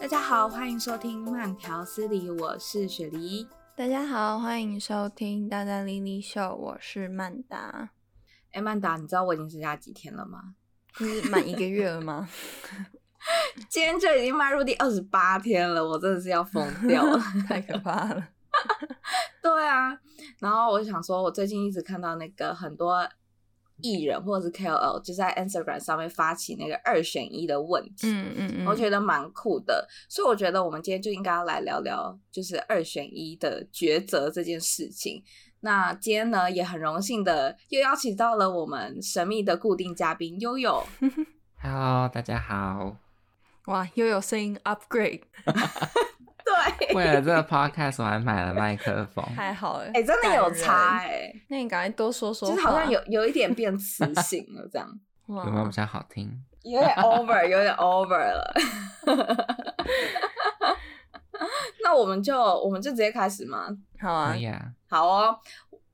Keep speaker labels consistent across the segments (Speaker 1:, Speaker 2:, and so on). Speaker 1: 大家好，欢迎收听慢条斯理，我是雪梨。
Speaker 2: 大家好，欢迎收听《大大莉莉秀》，我是曼达。
Speaker 1: 哎，曼达，你知道我已经剩下几天了吗？
Speaker 2: 就是满一个月了吗？
Speaker 1: 今天就已经迈入第二十八天了，我真的是要疯掉了。
Speaker 2: 太可怕了！
Speaker 1: 对啊，然后我就想说，我最近一直看到那个很多艺人或者是 KOL 就在 Instagram 上面发起那个二选一的问题，
Speaker 2: 嗯嗯嗯，
Speaker 1: 我觉得蛮酷的，所以我觉得我们今天就应该要来聊聊，就是二选一的抉择这件事情。那今天呢，也很荣幸的又邀请到了我们神秘的固定嘉宾悠悠。
Speaker 3: Hello，大家好。
Speaker 2: 哇，又有声音 upgrade，
Speaker 1: 对，
Speaker 3: 为了这个 podcast，我还买了麦克风。
Speaker 2: 太好了！
Speaker 1: 哎、真的有差
Speaker 2: 感人
Speaker 1: 哎、
Speaker 2: 那你赶快多说说
Speaker 1: 就
Speaker 2: 话，
Speaker 1: 是好像有有一点变 磁性了，这样
Speaker 2: 哇
Speaker 3: 有没有比较好听？
Speaker 1: 有点 over，有点 over 了。 那我们就我们就直接开始吗？
Speaker 2: 好啊
Speaker 3: 可？以啊。
Speaker 1: 好哦，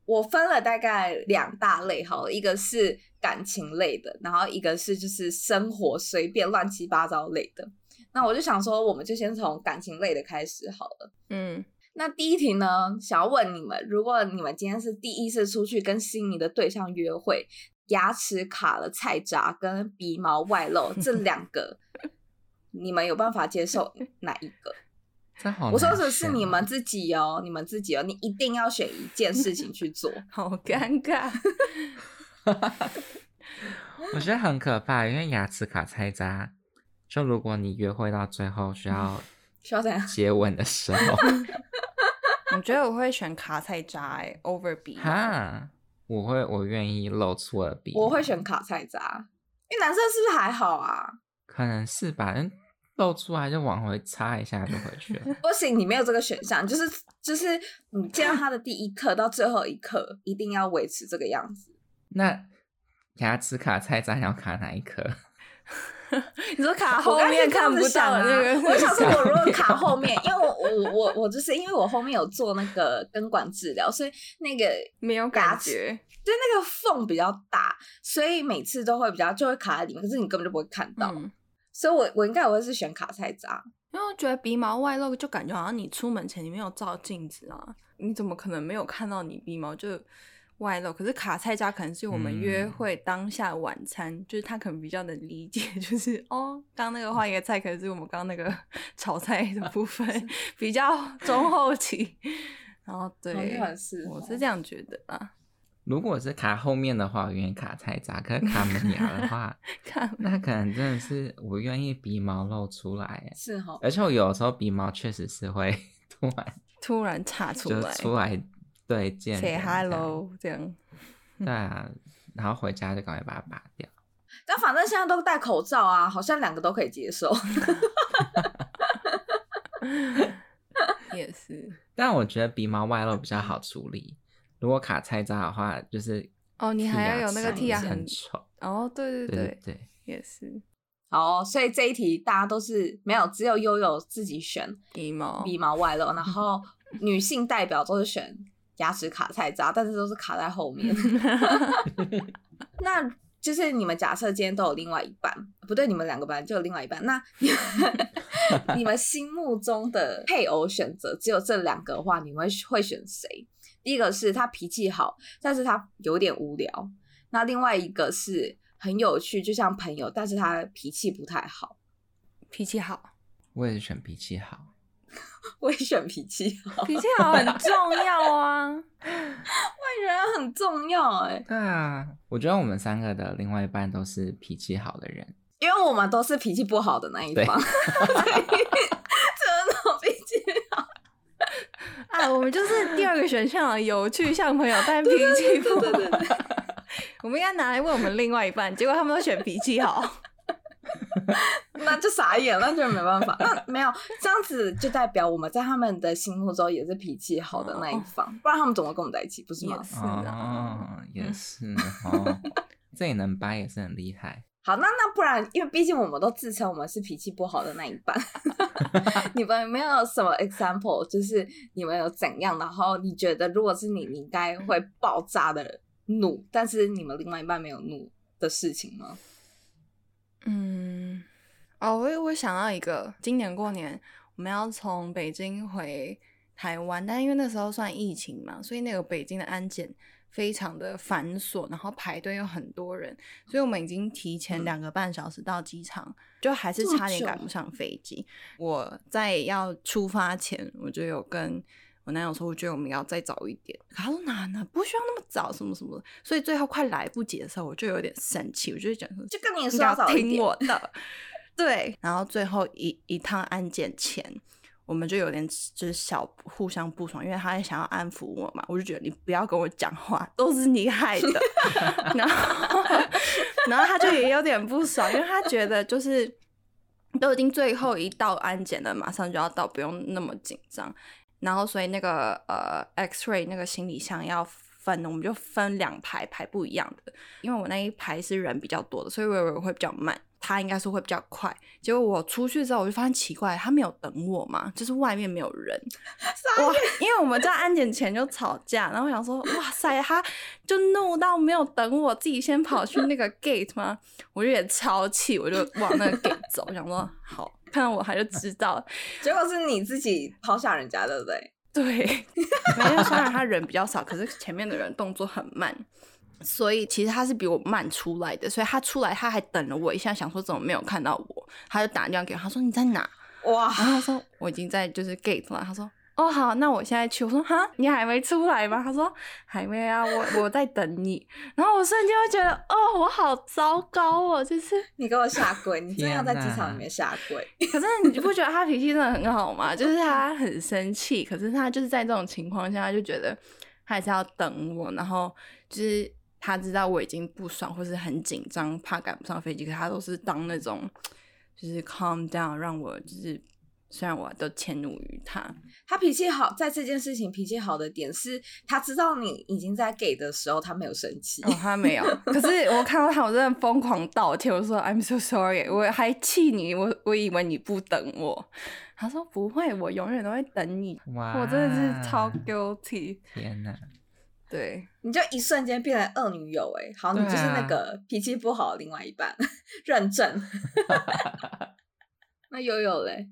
Speaker 1: 我分了大概两大类，好了，一个是感情类的，然后一个是就是生活随便乱七八糟类的。那我就想说，我们就先从感情类的开始好了。
Speaker 2: 嗯，
Speaker 1: 那第一题呢，想要问你们，如果你们今天是第一次出去跟心仪的对象约会，牙齿卡了、菜渣跟鼻毛外露这两个，你们有办法接受哪一个？
Speaker 3: 这好难选哦。
Speaker 1: 我说的是你们自己哦，你们自己哦，你一定要选一件事情去 做。
Speaker 2: 好尴尬。
Speaker 3: 我觉得很可怕，因为牙齿卡菜渣。就如果你约会到最后需要
Speaker 1: 需要怎样？
Speaker 3: 接吻的时候，
Speaker 2: 我觉得我会选卡菜渣哎，over B。
Speaker 3: 哈，我会我愿意露出我的鼻。
Speaker 2: 啊
Speaker 1: 我会选，卡菜渣，因为男生是不是还好啊？
Speaker 3: 可能是吧，但露出来就往回擦一下就回去 了。
Speaker 1: 不行，你没有这个选项，就是就是你见到他的第一刻到最后一刻，一定要维持这个样子。
Speaker 3: 那牙齿卡菜渣要卡哪一颗？
Speaker 2: 你说卡
Speaker 1: 我
Speaker 2: 后
Speaker 1: 刚才
Speaker 2: 面
Speaker 1: 是这样
Speaker 2: 看
Speaker 1: 子
Speaker 2: 不到
Speaker 1: 想啊
Speaker 2: 的那个，
Speaker 1: 我想说，我如果卡后面，因为我我我我就是因为我后面有做那个根管治疗，所以那个
Speaker 2: 没有
Speaker 1: 牙
Speaker 2: 感
Speaker 1: 齿
Speaker 2: 觉。
Speaker 1: 就那个缝比较大，所以每次都会比较就会卡在里面，可是你根本就不会看到。
Speaker 2: 嗯，
Speaker 1: 所以我我应该我会是选卡菜渣，
Speaker 2: 因为我觉得鼻毛外露，就感觉好像你出门前你没有照镜子啊，你怎么可能没有看到你鼻毛就外露？可是卡菜渣可能是我们约
Speaker 3: 嗯
Speaker 2: 会当下晚餐，就是他可能比较能理解，就是哦，刚那个换一个菜，可能是我们刚那个 炒菜的部分比较中后期。然后
Speaker 1: 好
Speaker 2: 对
Speaker 1: 像，很适合
Speaker 2: 我是这样觉得啦。
Speaker 3: 如果是卡后面的话，我愿意卡菜渣；可是卡门牙的话，
Speaker 2: 看，
Speaker 3: 那可能真的是我愿意鼻毛露出来耶，
Speaker 1: 是哦。
Speaker 3: 而且我有时候鼻毛确实是会突然
Speaker 2: 突然岔出
Speaker 3: 就
Speaker 2: 来
Speaker 3: 出来对见
Speaker 2: ，say
Speaker 3: 人这样
Speaker 2: hello 这样。
Speaker 3: 对啊，然后回家就赶快把它拔掉。
Speaker 1: 但反正现在都戴口罩啊，好像两个都可以接受。
Speaker 2: 也是
Speaker 3: 但我觉得鼻毛外露比较好处理，如果卡菜渣的话，就是
Speaker 2: 哦你
Speaker 3: 剔
Speaker 2: 还要
Speaker 3: 牙
Speaker 2: 有那个
Speaker 3: 齿
Speaker 2: 剔牙
Speaker 3: 是很
Speaker 2: 很
Speaker 3: 丑。
Speaker 2: 哦，对对
Speaker 3: 对对
Speaker 2: 对，
Speaker 3: 对，
Speaker 2: 也是
Speaker 1: 好、哦，所以这一题大家都是没有，只有悠悠自己选
Speaker 2: 鼻毛
Speaker 1: 鼻毛外露，
Speaker 2: 嗯
Speaker 1: 然后女性代表都是选牙齿卡菜渣，但是都是卡在后 面。那就是你们假设今天都有另外一半，不对，你们两个班就有另外一半。那 你们心目中的配偶选择只有这两个的话，你们会选谁？第一个是他脾气好，但是他有点无聊。那另外一个是很有趣，就像朋友，但是他脾气不太好。
Speaker 2: 脾气好，
Speaker 3: 我也是选脾气好。
Speaker 1: 我也选脾气好，
Speaker 2: 脾气好很重要啊。
Speaker 1: 对人很重要哎、
Speaker 3: 对啊，我觉得我们三个的另外一半都是脾气好的人。
Speaker 1: 因为我们都是脾气不好的那一方，所以真的脾气
Speaker 2: 啊，我们就是第二个选项啊，有趣像朋友，但脾气不
Speaker 1: 对对
Speaker 2: 好。 我们应该拿来问我们另外一半，结果他们都选脾气好。
Speaker 1: 那就傻眼，那就没办法。那没有这样子，就代表我们在他们的心目中也是脾气好的那一方，不然他们怎么跟我们在一起？不 是吗
Speaker 2: 也？是啊，
Speaker 3: 哦，也是 哦，这也能掰也是很厉害。
Speaker 1: 好，那那不然，因为毕竟我们都自称我们是脾气不好的那一半，你们有没有什么 example，就是你们有怎样，然后你觉得如果是你，你应该会爆炸的怒，但是你们另外一半没有怒的事情吗？
Speaker 2: 嗯，哦，我我想到一个，今年过年我们要从北京回台湾，但因为那时候算疫情嘛，所以那个北京的安检非常的繁琐，然后排队有很多人，所以我们已经提前两个半小时到机场，就还是
Speaker 1: 这么
Speaker 2: 差点
Speaker 1: 久啊
Speaker 2: 赶不上飞机。我在要出发前，我就有跟。我男友说，我觉得我们要再早一点。他说哪哪不需要那么早，什么什么的。所以最后快来不及的时候，我就有点生气，我就讲说，
Speaker 1: 就跟你
Speaker 2: 你
Speaker 1: 说要早一
Speaker 2: 听
Speaker 1: 点，
Speaker 2: 我 的。对，然后最后一一趟安检前，我们就有点就是小互相不爽，因为他也想要安抚我嘛，我就觉得你不要跟我讲话，都是你 害的。然后，然后他就也有点不爽，因为他觉得就是都已经最后一道安检了，马上就要到，不用那么紧张。然后所以那个呃 X-ray 那个行李箱要分，我们就分两排排不一样的，因为我那一排是人比较多的，所以我以为我会比较慢，他应该是会比较快。结果我出去之后，我就发现奇怪，他没有等我嘛，就是外面没有人。哇，因为我们在安检前就吵架，然后我想说，哇塞，他就怒到没有等我，自己先跑去那个 gate 吗？我就也超气，我就往那个 gate 走，我想说好。看到我，他就知道了
Speaker 1: 结果是你自己抛下人家，对不对？
Speaker 2: 对， 没有，虽然他人比较少，可是前面的人动作很慢，所以其实他是比我慢出来的，所以他出来他还等了我一下，想说怎么没有看到我，他就打电话给我，他说你在哪？
Speaker 1: 哇，
Speaker 2: 然后他说我已经在就是 gate 了，他说。哦，好，那我现在去。我说哈，你还没出来吗？他说还没啊，我我在等你。然后我瞬间就觉得，哦，我好糟糕哦，就是
Speaker 1: 你给我下跪，你真的要在机场里面
Speaker 3: 天哪
Speaker 1: 下跪。
Speaker 2: 可是你不觉得他脾气真的很好吗？ 就是他很生气，可是他就是在这种情况下，他就觉得他还是要等我，然后就是他知道我已经不爽或是很紧张，怕赶不上飞机，可是他都是当那种就是 calm down，让我就是虽然我都迁怒于他，
Speaker 1: 他脾气好，在这件事情脾气好的点是，他知道你已经在给的时候，他没有生气。
Speaker 2: 哦，他没有。 可是我看到他，我真的疯狂道歉，我说 I'm so sorry，我还气你，我我以为你不等我。他说不会，我永远都会等你。
Speaker 3: 哇
Speaker 2: 我真
Speaker 3: 啊
Speaker 2: 的是超 guilty。
Speaker 3: 天哪！
Speaker 2: 对，
Speaker 1: 你就一瞬间变成恶女友、欸，哎，好，你
Speaker 3: 对啊
Speaker 1: 就是那个脾气不好的另外一半， 认 证。那悠悠嘞，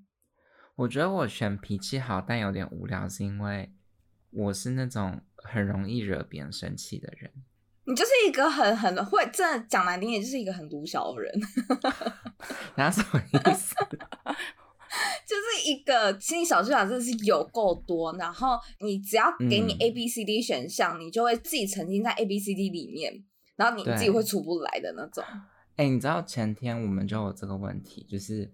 Speaker 3: 我觉得我选脾气好但有点无聊，是因为我是那种很容易惹别人生气的人。
Speaker 1: 你就是一个很很会，真的讲难听点，就是一个很鲁小的人，
Speaker 3: 然后什么 意思？
Speaker 1: 就是一个心理小剧场真的是有够多。然后你只要给你
Speaker 3: 嗯
Speaker 1: A B C D 选项，你就会自己沉浸在 A B C D 里面，然后你自己
Speaker 3: 对
Speaker 1: 会出不来的那种。
Speaker 3: 哎、你知道前天我们就有这个问题，就是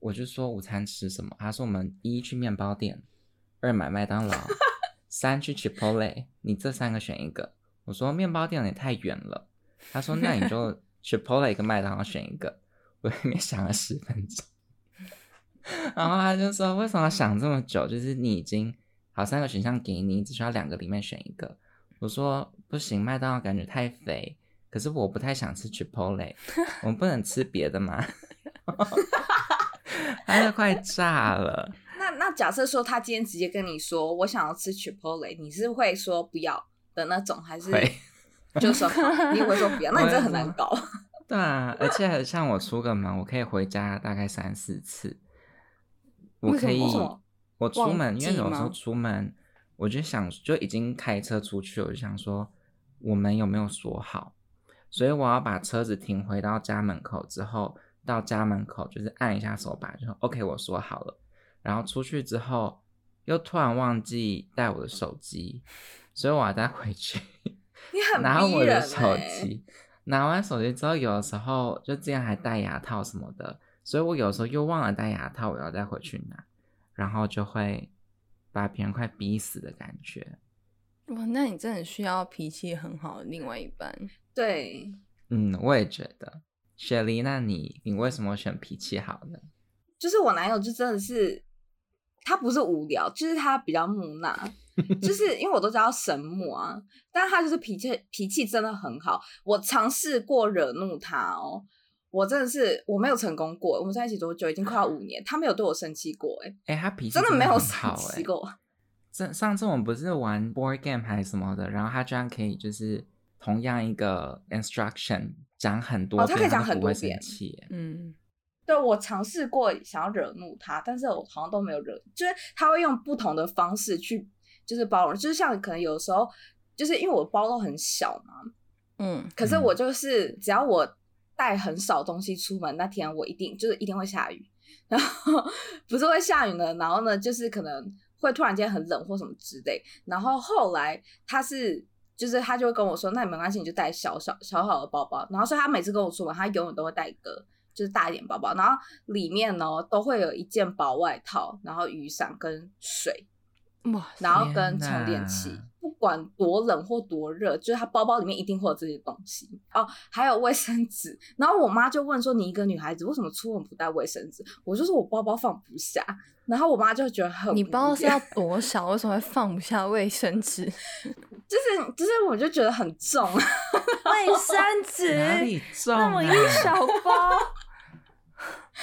Speaker 3: 我就说午餐吃什么，他说我们一去面包店，二买麦当劳，三去 Chipotle，你这三个选一个。我说面包店也太远了，他说那你就 Chipotle 跟麦当劳选一个。我在那边想了十分钟， 然后他就说为什么要想这么久？就是你已经好三个选项给你，只需要两个里面选一个。我说不行，麦当劳感觉太肥，可是我不太想吃 Chipotle，我们不能吃别的吗？ 他都快炸了，
Speaker 1: 那那假设说他今天直接跟你说我想要吃 Chipotle，你是会说不要的那种，还是
Speaker 3: 会。
Speaker 1: 就说好你也会说不要？那你真的很难搞。
Speaker 3: 对啊，而且像我出个门，我可以回家大概三四次。我
Speaker 2: 为什
Speaker 3: 可以
Speaker 2: 么
Speaker 1: 为什么，
Speaker 3: 我出门，因为
Speaker 2: 忘记
Speaker 3: 有时
Speaker 2: 吗
Speaker 3: 候出门，我就想就已经开车出去，我就想说我们有没有锁好，所以我要把车子停回到家门口之后，到家门口就是按一下手把，就说 OK，我锁好了。然后出去之后，又突然忘记带我的手机，所以我要再回去。
Speaker 1: 你很
Speaker 3: 拿
Speaker 1: 逼
Speaker 3: 我
Speaker 1: 人、欸、
Speaker 3: 的手机，拿完手机之后，有的时候就之前还戴牙套什么的，所以我有时候又忘了戴牙套，我要再回去拿，然后就会把别人快逼死的感觉。
Speaker 2: 哇，那你真的需要脾气很好的另外一半。
Speaker 1: 对，
Speaker 3: 嗯，我也觉得。雪梨，那你你为什么选脾气好呢？
Speaker 1: 就是我男友就真的是，他不是无聊，就是他比较木讷，就是因为我都知道神木啊，但他就是脾气脾气真的很好。我尝试过惹怒他哦，我真的是我没有成功过。我们在一起多久？已经快要五年，他没有对我生气过、欸，哎，
Speaker 3: 哎、他脾气
Speaker 1: 真的没有
Speaker 3: 很
Speaker 1: 生
Speaker 3: 好哎、
Speaker 1: 气过。
Speaker 3: 上上次我们不是玩 board game 还是什么的，然后他居然可以就是同样一个 instruction 讲很多
Speaker 1: 哦
Speaker 3: 遍，
Speaker 1: 他可以讲
Speaker 3: 都
Speaker 1: 很
Speaker 3: 不
Speaker 1: 多
Speaker 3: 会生
Speaker 1: 遍
Speaker 3: 气耶。
Speaker 2: 嗯，
Speaker 1: 对我尝试过想要惹怒他，但是我好像都没有惹，就是他会用不同的方式去就是包容，就是像可能有时候就是因为我包都很小嘛，
Speaker 2: 嗯，
Speaker 1: 可是
Speaker 3: 嗯
Speaker 1: 我就是只要我带很少东西出门，那天我一定就是一定会下雨， 然后不是会下雨呢，然后呢就是可能会突然间很冷或什么之类，然后后来他是。就是他就会跟我说，那你没关系，你就带小小小小的包包。然后所以他每次跟我出门，他永远都会带一个就是大一点包包，然后里面呢都会有一件薄外套，然后雨伞跟水。
Speaker 2: 哇，
Speaker 1: 然后
Speaker 3: 天
Speaker 1: 跟充电器
Speaker 3: 哪，
Speaker 1: 不管多冷或多热，就是他包包里面一定会有这些东西哦，还有卫生纸。然后我妈就问说：“你一个女孩子为什么出门不带卫生纸？”我就说我包包放不下。然后我妈就觉得很
Speaker 2: 你
Speaker 1: 无
Speaker 2: 包是
Speaker 1: 聊
Speaker 2: 要多小？为什么会放不下卫生纸？
Speaker 1: 就是就是我就觉得很重， 啊
Speaker 2: 卫生
Speaker 3: 哪
Speaker 2: 纸
Speaker 3: 里重、啊？
Speaker 2: 那么一小 包，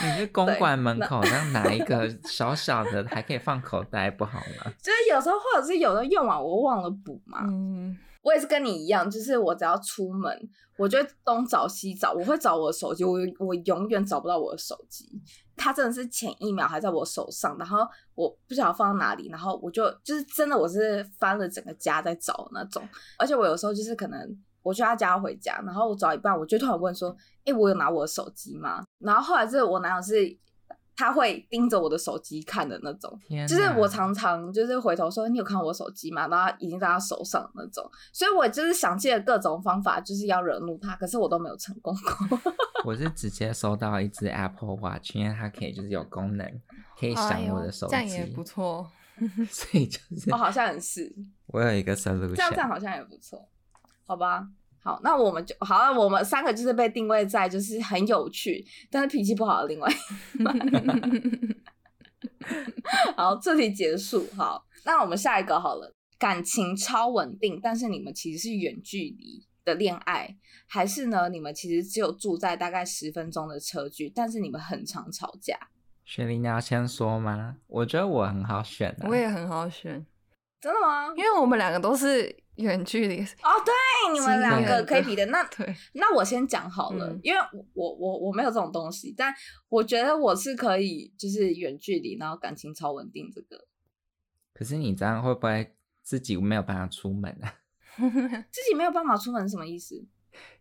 Speaker 3: 你去公
Speaker 1: 对
Speaker 3: 馆门口这样拿一个小小的，还可以放口袋，不好吗？
Speaker 1: 就是有时候或者是有的用完我忘了补嘛。
Speaker 2: 嗯，
Speaker 1: 我也是跟你一样，就是我只要出门，我就会东找西找，我会找我的手机，我我永远找不到我的手机，它真的是前一秒还在我手上，然后我不晓得放到哪里，然后我就就是真的我是翻了整个家在找的那种，而且我有时候就是可能我去他家回家，然后我找一半，我就突然问说，诶、我有拿我的手机吗？然后后来是我男友是他会盯着我的手机看的那种，
Speaker 3: 天哪，
Speaker 1: 就是我常常就是回头说你有看我手机吗？然后已经在他手上的那种，所以我就是想尽了各种方法，就是要惹怒他，可是我都没有成功 过。
Speaker 3: 我是直接收到一只 Apple Watch，因为它可以就是有功能，可以
Speaker 2: 哎
Speaker 3: 闪
Speaker 2: 呦
Speaker 3: 我的手机，
Speaker 2: 这样也不错。
Speaker 3: 所以就是
Speaker 1: 我好像也是，
Speaker 3: 我有一个 solution，
Speaker 1: 哦这样这样好像也不错，好吧？好，那我们就好像我们三个就是被定位在就是很有趣，但是脾气不好的另外好，这题结束。好，那我们下一个好了。感情超稳定，但是你们其实是远距离的恋爱，还是呢？你们其实只有住在大概十分钟的车距，但是你们很常吵架。
Speaker 3: 雪莉，你要先说吗？我觉得我很好选、啊，
Speaker 2: 我也很好选，
Speaker 1: 真的吗？
Speaker 2: 因为我们两个都是远距离，
Speaker 1: 哦，对，你们两个可以比的。那
Speaker 2: 对，
Speaker 1: 那我先讲好了，
Speaker 2: 嗯
Speaker 1: 因为我我我我没有这种东西，但我觉得我是可以，就是远距离，然后感情超稳定这个。
Speaker 3: 可是你这样会不会自己没有办法出门啊？
Speaker 1: 自己没有办法出门是什么意思？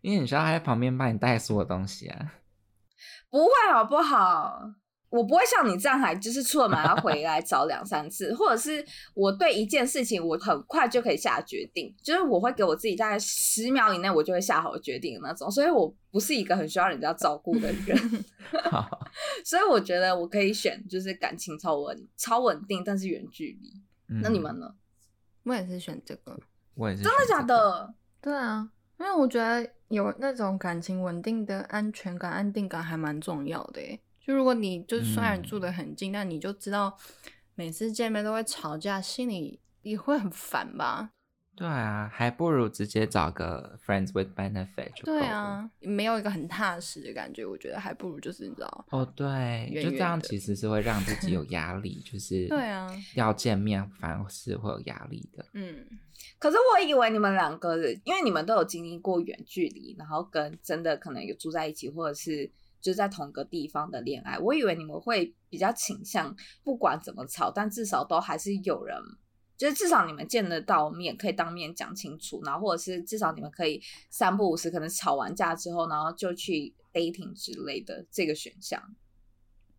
Speaker 3: 因为你需要他在旁边帮你带所有东西啊。
Speaker 1: 不会好不好？我不会像你这样，还就是出了门要回来找两三次，或者是我对一件事情我很快就可以下决定，就是我会给我自己大概十秒以内我就会下好决定的那种，所以我不是一个很需要人家照顾的人，
Speaker 3: 好，
Speaker 1: 所以我觉得我可以选就是感情超稳超稳定，但是远距离。
Speaker 3: 嗯
Speaker 1: 那你们？呢？
Speaker 2: 我也是选这个。
Speaker 3: 我也是、
Speaker 1: 真的假？的？
Speaker 2: 对啊，因为我觉得有那种感情稳定的安全感、安定感还蛮重要的耶。就如果你就虽然
Speaker 3: 嗯
Speaker 2: 住得很近，但你就知道每次见面都会吵架，心里也会很烦吧？
Speaker 3: 对啊，还不如直接找个 friends with benefit 就够了
Speaker 2: 对。啊，没有一个很踏实的感觉，我觉得还不如就是你知道，
Speaker 3: 哦，对，
Speaker 2: 远
Speaker 3: 就这样
Speaker 2: 远的
Speaker 3: 其实是会让自己有压力， 就是
Speaker 2: 对啊，
Speaker 3: 要见面反而是会有压力的。
Speaker 2: 嗯，
Speaker 1: 可是我以为你们两个人，因为你们都有经历过远距离，然后跟真的可能有住在一起，或者是就是在同个地方的恋爱，我以为你们会比较倾向，不管怎么吵，但至少都还是有人，就是至少你们见得到面，可以当面讲清楚，然后或者是至少你们可以三不五时，可能吵完架之后，然后就去 dating 之类的这个选项，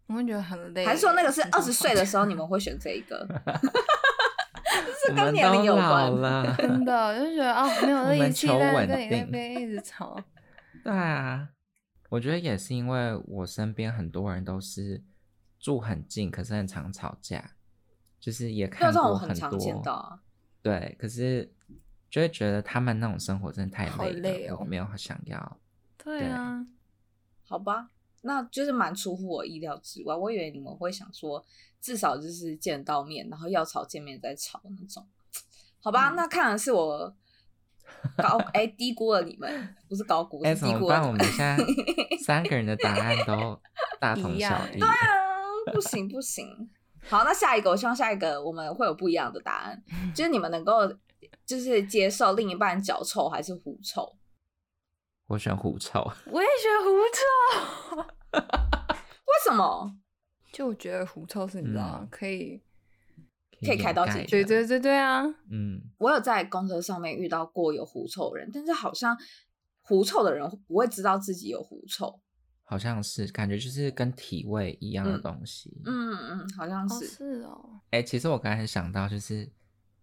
Speaker 2: 我会觉得很累耶。
Speaker 1: 还是说那个是
Speaker 2: 很
Speaker 1: 二
Speaker 2: 想
Speaker 1: 十
Speaker 2: 吵
Speaker 1: 岁的
Speaker 2: 架
Speaker 1: 时候你们会选这一 个？
Speaker 3: 我
Speaker 1: 这跟
Speaker 3: 们
Speaker 1: 年龄
Speaker 3: 都
Speaker 1: 有
Speaker 3: 老
Speaker 1: 关。
Speaker 3: 了，
Speaker 2: 真的就觉得啊、没有
Speaker 3: 我们
Speaker 2: 力气
Speaker 3: 求
Speaker 2: 在
Speaker 3: 稳
Speaker 2: 跟你那
Speaker 3: 定
Speaker 2: 边一直吵，
Speaker 3: 对啊，我觉得也是因为我身边很多人都是住很近，可是很常吵架，就是也
Speaker 1: 对，
Speaker 3: 看
Speaker 1: 这种
Speaker 3: 过
Speaker 1: 我很
Speaker 3: 多。
Speaker 1: 常见到啊。
Speaker 3: 对，可是就会觉得他们那种生活真的太
Speaker 2: 好
Speaker 3: 累了，
Speaker 2: 累
Speaker 3: 我
Speaker 2: 哦
Speaker 3: 没有很想要。
Speaker 2: 对
Speaker 3: 对
Speaker 2: 啊，
Speaker 1: 好吧，那就是蛮出乎我意料之外。我以为你们会想说，至少就是见到面，然后要吵见面再吵那种。好吧，
Speaker 3: 嗯
Speaker 1: 那看来是我 高哎、低估了你们，不是高估，
Speaker 3: 哎，
Speaker 1: 是
Speaker 3: 怎
Speaker 1: 低
Speaker 3: 么
Speaker 1: 估了
Speaker 3: 办？
Speaker 1: 你
Speaker 3: 我
Speaker 1: 们。
Speaker 3: 们现在三个人的答案都大同
Speaker 2: 一
Speaker 3: 小
Speaker 2: 样
Speaker 3: 异。
Speaker 1: 啊， 不行 不行。好，那下一个，我希望下一个我们会有不一样的答案，就是你们能够就是接受另一半脚臭还是狐臭？
Speaker 3: 我选狐臭，
Speaker 2: 我也选狐臭。
Speaker 1: 为什么？
Speaker 2: 就我觉得狐臭是你知道、
Speaker 3: 嗯
Speaker 2: 可以，
Speaker 1: 可以开刀解
Speaker 3: 解
Speaker 1: 决
Speaker 2: 对对对对啊，
Speaker 3: 嗯，
Speaker 1: 我有在公车上面遇到过有狐臭的人，但是好像狐臭的人不会知道自己有狐臭。
Speaker 3: 好像是感觉就是跟体味一样的
Speaker 1: 嗯
Speaker 3: 东西。
Speaker 1: 嗯嗯，好像
Speaker 2: 哦
Speaker 1: 是。
Speaker 2: 是哦，
Speaker 3: 哎、其实我刚才想到，就是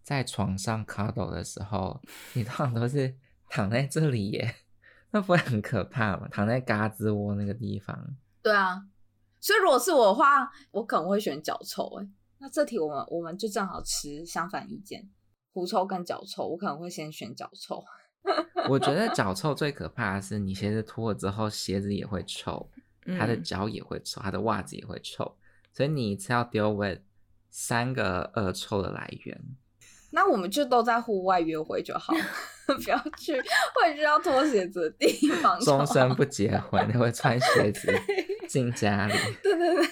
Speaker 3: 在床上 cuddle 的时候，你通常都是躺在这里耶， 那不会很可怕吗？躺在嘎吱窝那个地方，
Speaker 1: 对啊，所以如果是我的话，我可能会选脚臭、欸。那这题我们我们就正好持相反意见，狐臭跟脚臭，我可能会先选脚臭。
Speaker 3: 我觉得脚臭最可怕的是，你鞋子脱了之后，鞋子也会臭，他的
Speaker 2: 嗯
Speaker 3: 脚也会臭，他的袜子也会臭，所以你一次要 deal with 三个恶臭的来源。
Speaker 1: 那我们就都在户外约会就好， 不要去会需要脱鞋子的地方就好。
Speaker 3: 终身不结婚， 你会穿鞋子进家里。
Speaker 1: 对对对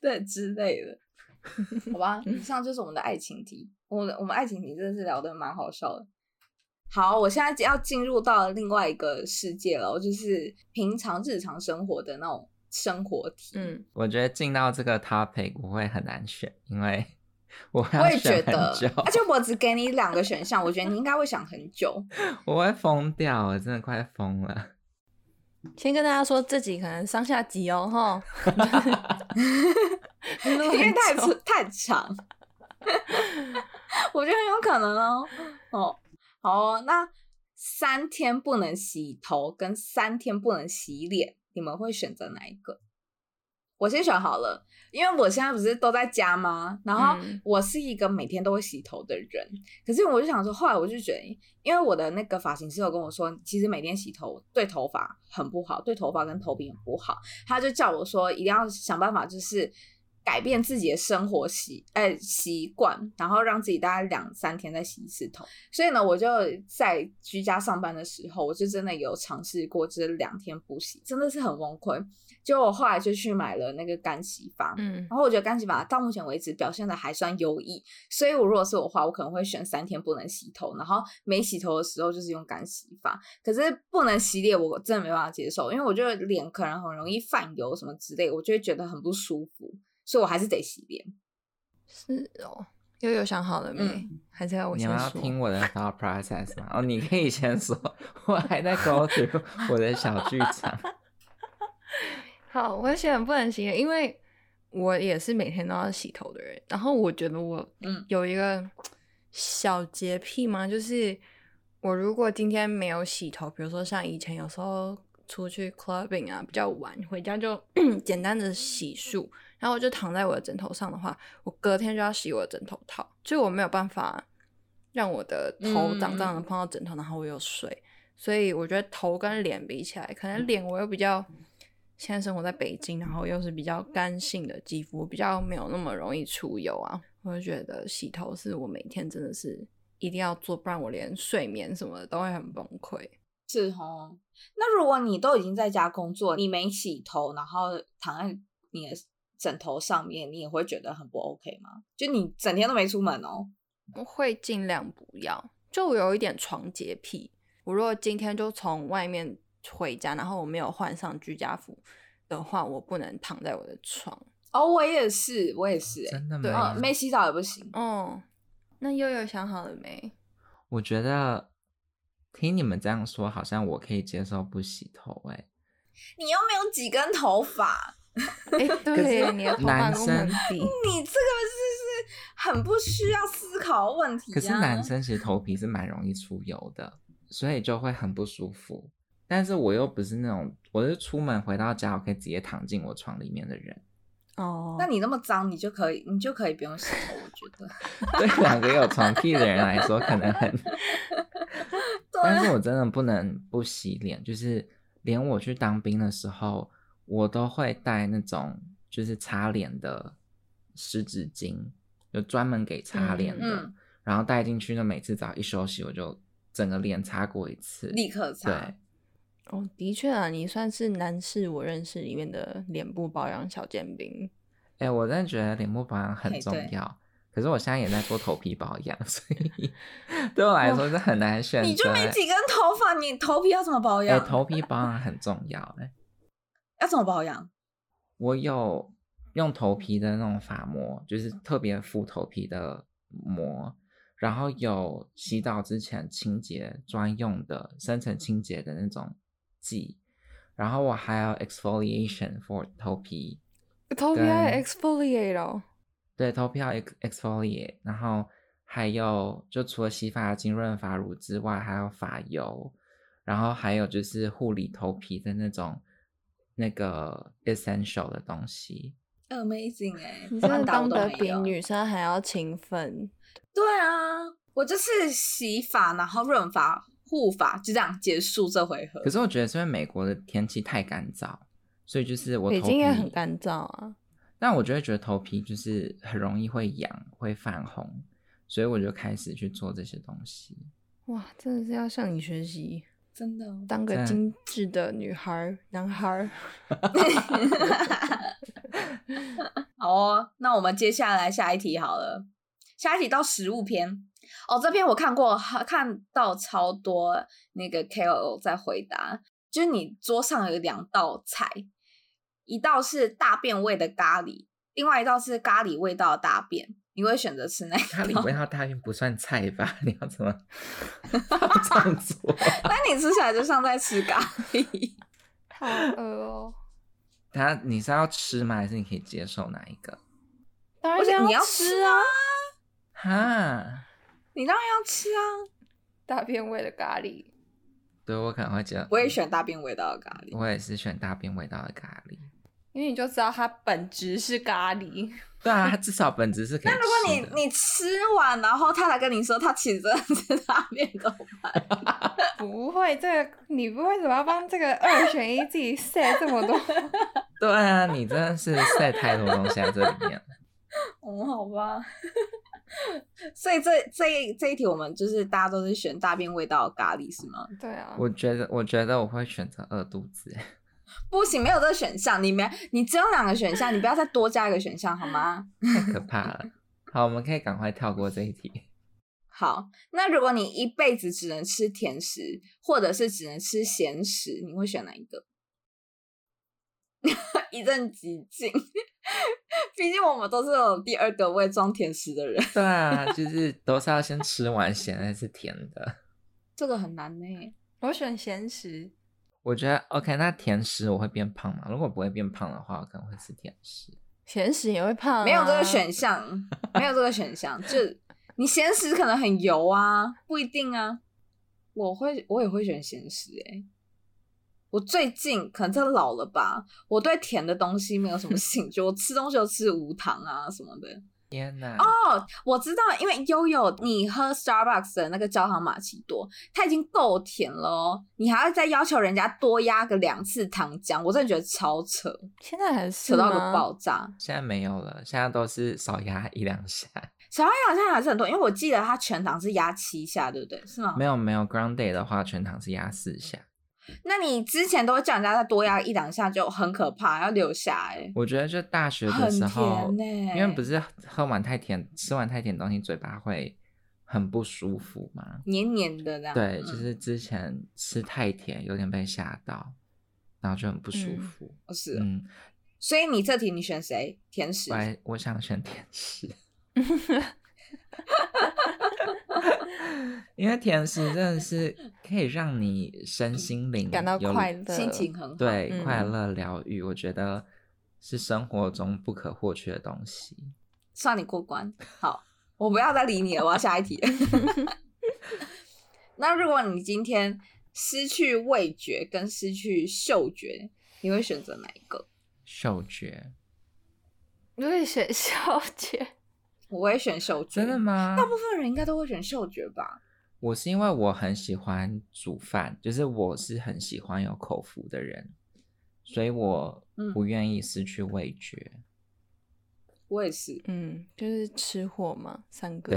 Speaker 1: 对之类的，好吧。以上就是我们的爱情题，我们的我们爱情题真的是聊得蛮好笑的。好，我现在要进入到另外一个世界了，就是平常日常生活的那种生活题。，
Speaker 2: 嗯，
Speaker 3: 我觉得进到这个 topic 我会很难选，因为我会
Speaker 1: 我
Speaker 3: 要
Speaker 1: 也觉
Speaker 3: 选很
Speaker 1: 得
Speaker 3: 久，，
Speaker 1: 而且我只给你两个选项，我觉得你应该会想很久。
Speaker 3: 我会疯掉，我真的快疯了。
Speaker 2: 先跟大家说这集可能上下集哦， 哈，因
Speaker 1: 因为太粗太长，我觉得很有可能哦。哦，好哦那三天不能洗头跟三天不能洗脸，你们会选择哪一个？我先选好了，因为我现在不是都在家吗？然后
Speaker 2: 嗯
Speaker 1: 我是一个每天都会洗头的人，可是我就想说，后来我就觉得，因为我的那个发型师有跟我说，其实每天洗头对头发很不好，对头发跟头皮很不好。他就叫我说，一定要想办法，就是改变自己的生活习哎习惯，然后让自己大概两三天再洗一次头。所以呢，我就在居家上班的时候，我就真的有尝试过，就是两天不洗，真的是很崩溃。结果我后来就去买了那个干洗法，
Speaker 2: 嗯，
Speaker 1: 然后我觉得干洗法到目前为止表现的还算优异，所以我如果是我的话，我可能会选三天不能洗头，然后没洗头的时候就是用干洗法。可是不能洗脸，我真的没办法接受，因为我觉得脸可能很容易泛油什么之类，我就会觉得很不舒服，所以我还是得洗脸。
Speaker 2: 是哦，悠悠想好了没？
Speaker 1: 嗯
Speaker 2: 还是要我
Speaker 3: 你
Speaker 2: 先
Speaker 3: 们要
Speaker 2: 说？
Speaker 3: 听我的 thought process 吗？哦，你可以先说， 我还在 go through 我的小剧 场。
Speaker 2: 好，我选不能洗脸，因为我也是每天都要洗头的人。然后我觉得我
Speaker 1: 嗯
Speaker 2: 有一个小洁癖嘛，就是我如果今天没有洗头，比如说像以前有时候出去 clubbing 啊，比较晚回家就 简单的洗漱，然后我就躺在我的枕头上的话，我隔天就要洗我的枕头套，就我没有办法让我的头脏脏的
Speaker 1: 嗯
Speaker 2: 碰到枕头，然后我有水。所以我觉得头跟脸比起来，可能脸我又比较现在生活在北京，然后又是比较干性的肌肤，比较没有那么容易出油啊。我就觉得洗头是我每天真的是一定要做，不然我连睡眠什么的都会很崩溃。
Speaker 1: 是哦，那如果你都已经在家工作，你没洗头，然后躺在你的枕头上面，你也会觉得很不 OK 吗？就你整天都没出门哦。
Speaker 2: 我会尽量不要，就我有一点床洁癖。我如果今天就从外面回家，然后我没有换上居家服的话，我不能躺在我的床。
Speaker 1: 哦，我也是，我也是、欸，
Speaker 3: 真的
Speaker 2: 对
Speaker 1: 哦
Speaker 3: 吗，？
Speaker 1: 没洗澡也不行。
Speaker 2: 哦，那悠悠想好了没？
Speaker 3: 我觉得听你们这样说，好像我可以接受不洗头、欸。哎，
Speaker 1: 你又没有几根头发，
Speaker 2: 哎、对耶，你的头发
Speaker 3: 男
Speaker 2: 跟我们
Speaker 3: 生
Speaker 2: 比，
Speaker 1: 你这个是是很不需要思考的问题、啊。
Speaker 3: 可是男生其实头皮是蛮容易出油的，所以就会很不舒服。但是我又不是那种，我是出门回到家，我可以直接躺进我床里面的人。
Speaker 2: 哦
Speaker 1: 那你那么脏，你就可以，你就可以不用洗头。我觉得，
Speaker 3: 对两个有床癖的人来说，可能 很，但是我真的不能不洗脸，就是连我去当兵的时候，我都会带那种就是擦脸的湿纸巾，就专门给擦脸的，
Speaker 1: 嗯，
Speaker 3: 然后带进去呢，每次只要一休息，我就整个脸擦过一次，
Speaker 1: 立刻擦
Speaker 3: 对。，
Speaker 2: 哦，的确啊，你算是男士我认识里面的脸部保养小尖兵。
Speaker 3: 哎、我真的觉得脸部保养很
Speaker 1: 嘿
Speaker 3: 重
Speaker 1: 对
Speaker 3: 要。可是我现在也在做头皮保养， 所以对我来说是很难选择欸。
Speaker 1: 你就没几根头发，你头皮要怎么保
Speaker 3: 哎、
Speaker 1: 养？
Speaker 3: 头皮保养很重要哎、
Speaker 1: 要怎么保养？
Speaker 3: 我有用头皮的那种发膜，就是特别敷头皮的膜，然后有洗澡之前清洁专用的深层清洁的那种剂，然后我还有 exfoliation for 头皮，
Speaker 2: 头皮还
Speaker 3: 跟
Speaker 2: exfoliate 哦，
Speaker 3: 对，头皮要 ex exfoliate，然后还有就除了洗发精、润发乳之外，还有发油，然后还有就是护理头皮的那种那个 essential 的东西。
Speaker 1: Amazing 哎、
Speaker 2: 你
Speaker 1: 这
Speaker 2: 真
Speaker 1: 样
Speaker 2: 的
Speaker 1: 打我都
Speaker 2: 当得
Speaker 1: 没
Speaker 2: 比
Speaker 1: 有。
Speaker 2: 女生还要勤奋。
Speaker 1: 对啊，我就是洗发，然后润发、护发，就这样结束这回合
Speaker 3: 可。是我觉得是因为美国的天气太干燥，所以就是我
Speaker 2: 北
Speaker 3: 头
Speaker 2: 京也很
Speaker 3: 皮
Speaker 2: 干燥啊，
Speaker 3: 但我就会觉得头皮就是很容易会痒、会泛红，所以我就开始去做这些东西。
Speaker 2: 哇，真的是要向你学习，
Speaker 1: 真的，哦
Speaker 2: 当个
Speaker 3: 真的
Speaker 2: 精致的女孩儿、男孩儿。
Speaker 1: 好哦，那我们接下来下一题好了，下一题到食物篇。哦，这篇我看过，哈看到超多那个 KOL 在回答，就是你桌上有两道菜，一道是大便味的咖喱，另外一道是咖喱味道的大便，你会选择吃哪一
Speaker 3: 咖
Speaker 1: 道？
Speaker 3: 喱味道大便不算菜吧？ 你要怎么这样做？
Speaker 1: 那你吃起来就像在吃咖喱。
Speaker 2: 好饿哦！
Speaker 3: 他你是要吃吗？还是你可以接受哪一个？
Speaker 2: 当
Speaker 1: 而且
Speaker 2: 然
Speaker 1: 你要
Speaker 2: 吃
Speaker 1: 吃啊，
Speaker 3: 哈，
Speaker 1: 你当然要吃啊！
Speaker 2: 大便味的咖喱。
Speaker 3: 对我可能会觉得，嗯
Speaker 1: 我也，选大便味道的咖喱。
Speaker 3: 我也是选大便味道的咖喱。
Speaker 2: 因为你就知道它本质是咖喱，
Speaker 3: 对啊，它至少本质是可 以
Speaker 1: 那
Speaker 3: 吃的。
Speaker 1: 如果你你吃完，然后他来跟你说他其实真的是大便怎么办？
Speaker 2: 不会，这个你为什么要帮这个二选一自己 set 这么多？
Speaker 3: 对啊，你真的是塞太多东西在这里面了。
Speaker 1: 哦，好吧。 所以这这一这一题我们就是大家都是选大便味道的咖喱是吗？
Speaker 2: 对啊，
Speaker 3: 我觉得，我觉得我会选择饿肚子。
Speaker 1: 不行，没有这个选项，你没你只有两个选项，你不要再多加一个选项好吗？
Speaker 3: 太可怕了。好，我们可以赶快跳过这一题。
Speaker 1: 好，那如果你一辈子只能吃甜食，或者是只能吃咸食，你会选哪一个？ 一阵寂静，毕竟我们都是有第二个胃装甜食的人，
Speaker 3: 对啊，就是都是要先吃完咸的，是甜的。
Speaker 1: 这个很难呢、
Speaker 2: 我选咸食，
Speaker 3: 我觉得 OK，那甜食我会变胖吗？如果不会变胖的话，我可能会吃甜食。
Speaker 2: 咸食也会胖、啊
Speaker 1: 没有这个，选项，没有这个选项， 就你咸食可能很油啊，不一定啊。我会，我也会选咸食诶、我最近可能真的老了吧，我对甜的东西没有什么 兴趣，我吃东西就吃无糖啊什么的。
Speaker 3: 天哪！
Speaker 1: 哦，我知道，因为悠悠你喝 Starbucks 的那个焦糖玛奇朵，它已经够甜了哦，你还要再要求人家多压个两次糖浆，我真的觉得超扯，
Speaker 2: 现在还是
Speaker 1: 扯到个
Speaker 2: 吗
Speaker 1: 爆炸。
Speaker 3: 现在没有了，现在都是少压一两下。
Speaker 1: 小黑好像还是很多，因为我记得他全糖是压七下，对不对？是吗？
Speaker 3: 没有没有，Ground Day 的话，全糖是压四下。
Speaker 1: 那你之前都会叫人家再多压一两下，就很可怕，要留下哎、
Speaker 3: 我觉得就大学的
Speaker 1: 很
Speaker 3: 时
Speaker 1: 甜
Speaker 3: 候，
Speaker 1: 呢、
Speaker 3: 因为不是喝完太甜，吃完太甜的东西，嘴巴会很不舒服嘛。
Speaker 1: 黏黏的这样。
Speaker 3: 对，就
Speaker 1: 嗯
Speaker 3: 是之前吃太甜，有点被吓到，然后就很不舒
Speaker 2: 嗯
Speaker 3: 服。
Speaker 1: 哦是哦、
Speaker 3: 嗯，
Speaker 1: 所以你这题你选谁？甜食
Speaker 3: 我。还我想选甜食， 因为甜食真的是可以让你身心灵
Speaker 2: 感到
Speaker 3: 有
Speaker 2: 快乐，
Speaker 1: 心情 很好，
Speaker 3: 对、快
Speaker 2: 嗯
Speaker 3: 乐疗愈，我觉得是生活中不可或缺的东西。
Speaker 1: 算你过关。好，我不要再理你了，我要下一 题。那如果你今天失去味觉跟失去嗅觉，你会选择哪一个？
Speaker 3: 嗅觉
Speaker 2: 我也选小 姐，
Speaker 1: 我会选嗅觉。
Speaker 3: 真的？吗
Speaker 1: 大？部分人应该都会选嗅觉吧？
Speaker 3: 我是因为我很喜欢煮饭，就是我是很喜欢有口福的人，所以我
Speaker 1: 嗯
Speaker 3: 不愿意失去味觉。
Speaker 1: 我也是。
Speaker 2: 嗯，就是吃货嘛，三个，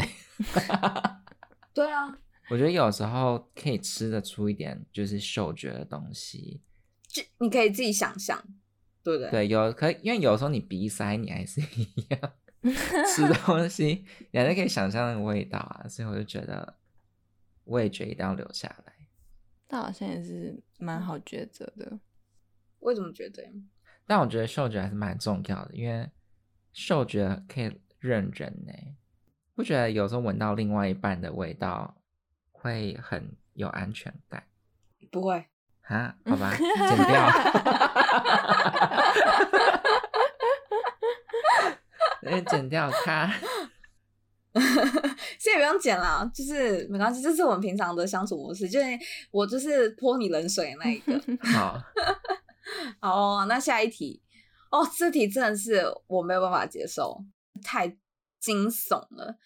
Speaker 1: 对啊，
Speaker 3: 我觉得有时候可以吃得出一点就是嗅觉的东西，
Speaker 1: 就你可以自己想象，对不对？
Speaker 3: 对，有可因为有时候你鼻塞你还是一样， 吃东西，你还是可以想象那个味道啊，所以我就觉得味觉一定要留下来。
Speaker 2: 但好像也是蛮好抉择的。
Speaker 1: 为什么觉得？
Speaker 3: 但我觉得嗅觉还是蛮重要的，因为嗅觉可以认人呢、不觉得有时候闻到另外一半的味道会很有安全感
Speaker 1: 不会，
Speaker 3: 啊？好吧，剪掉，那哎剪掉它。
Speaker 1: 现在不用剪了，就是没关系，这是我们平常的相处模式，就是我就是泼你冷水的那一个。
Speaker 3: 好，
Speaker 1: 好 哦、那下一题哦，这题真的是我没有办法接受，太惊悚了。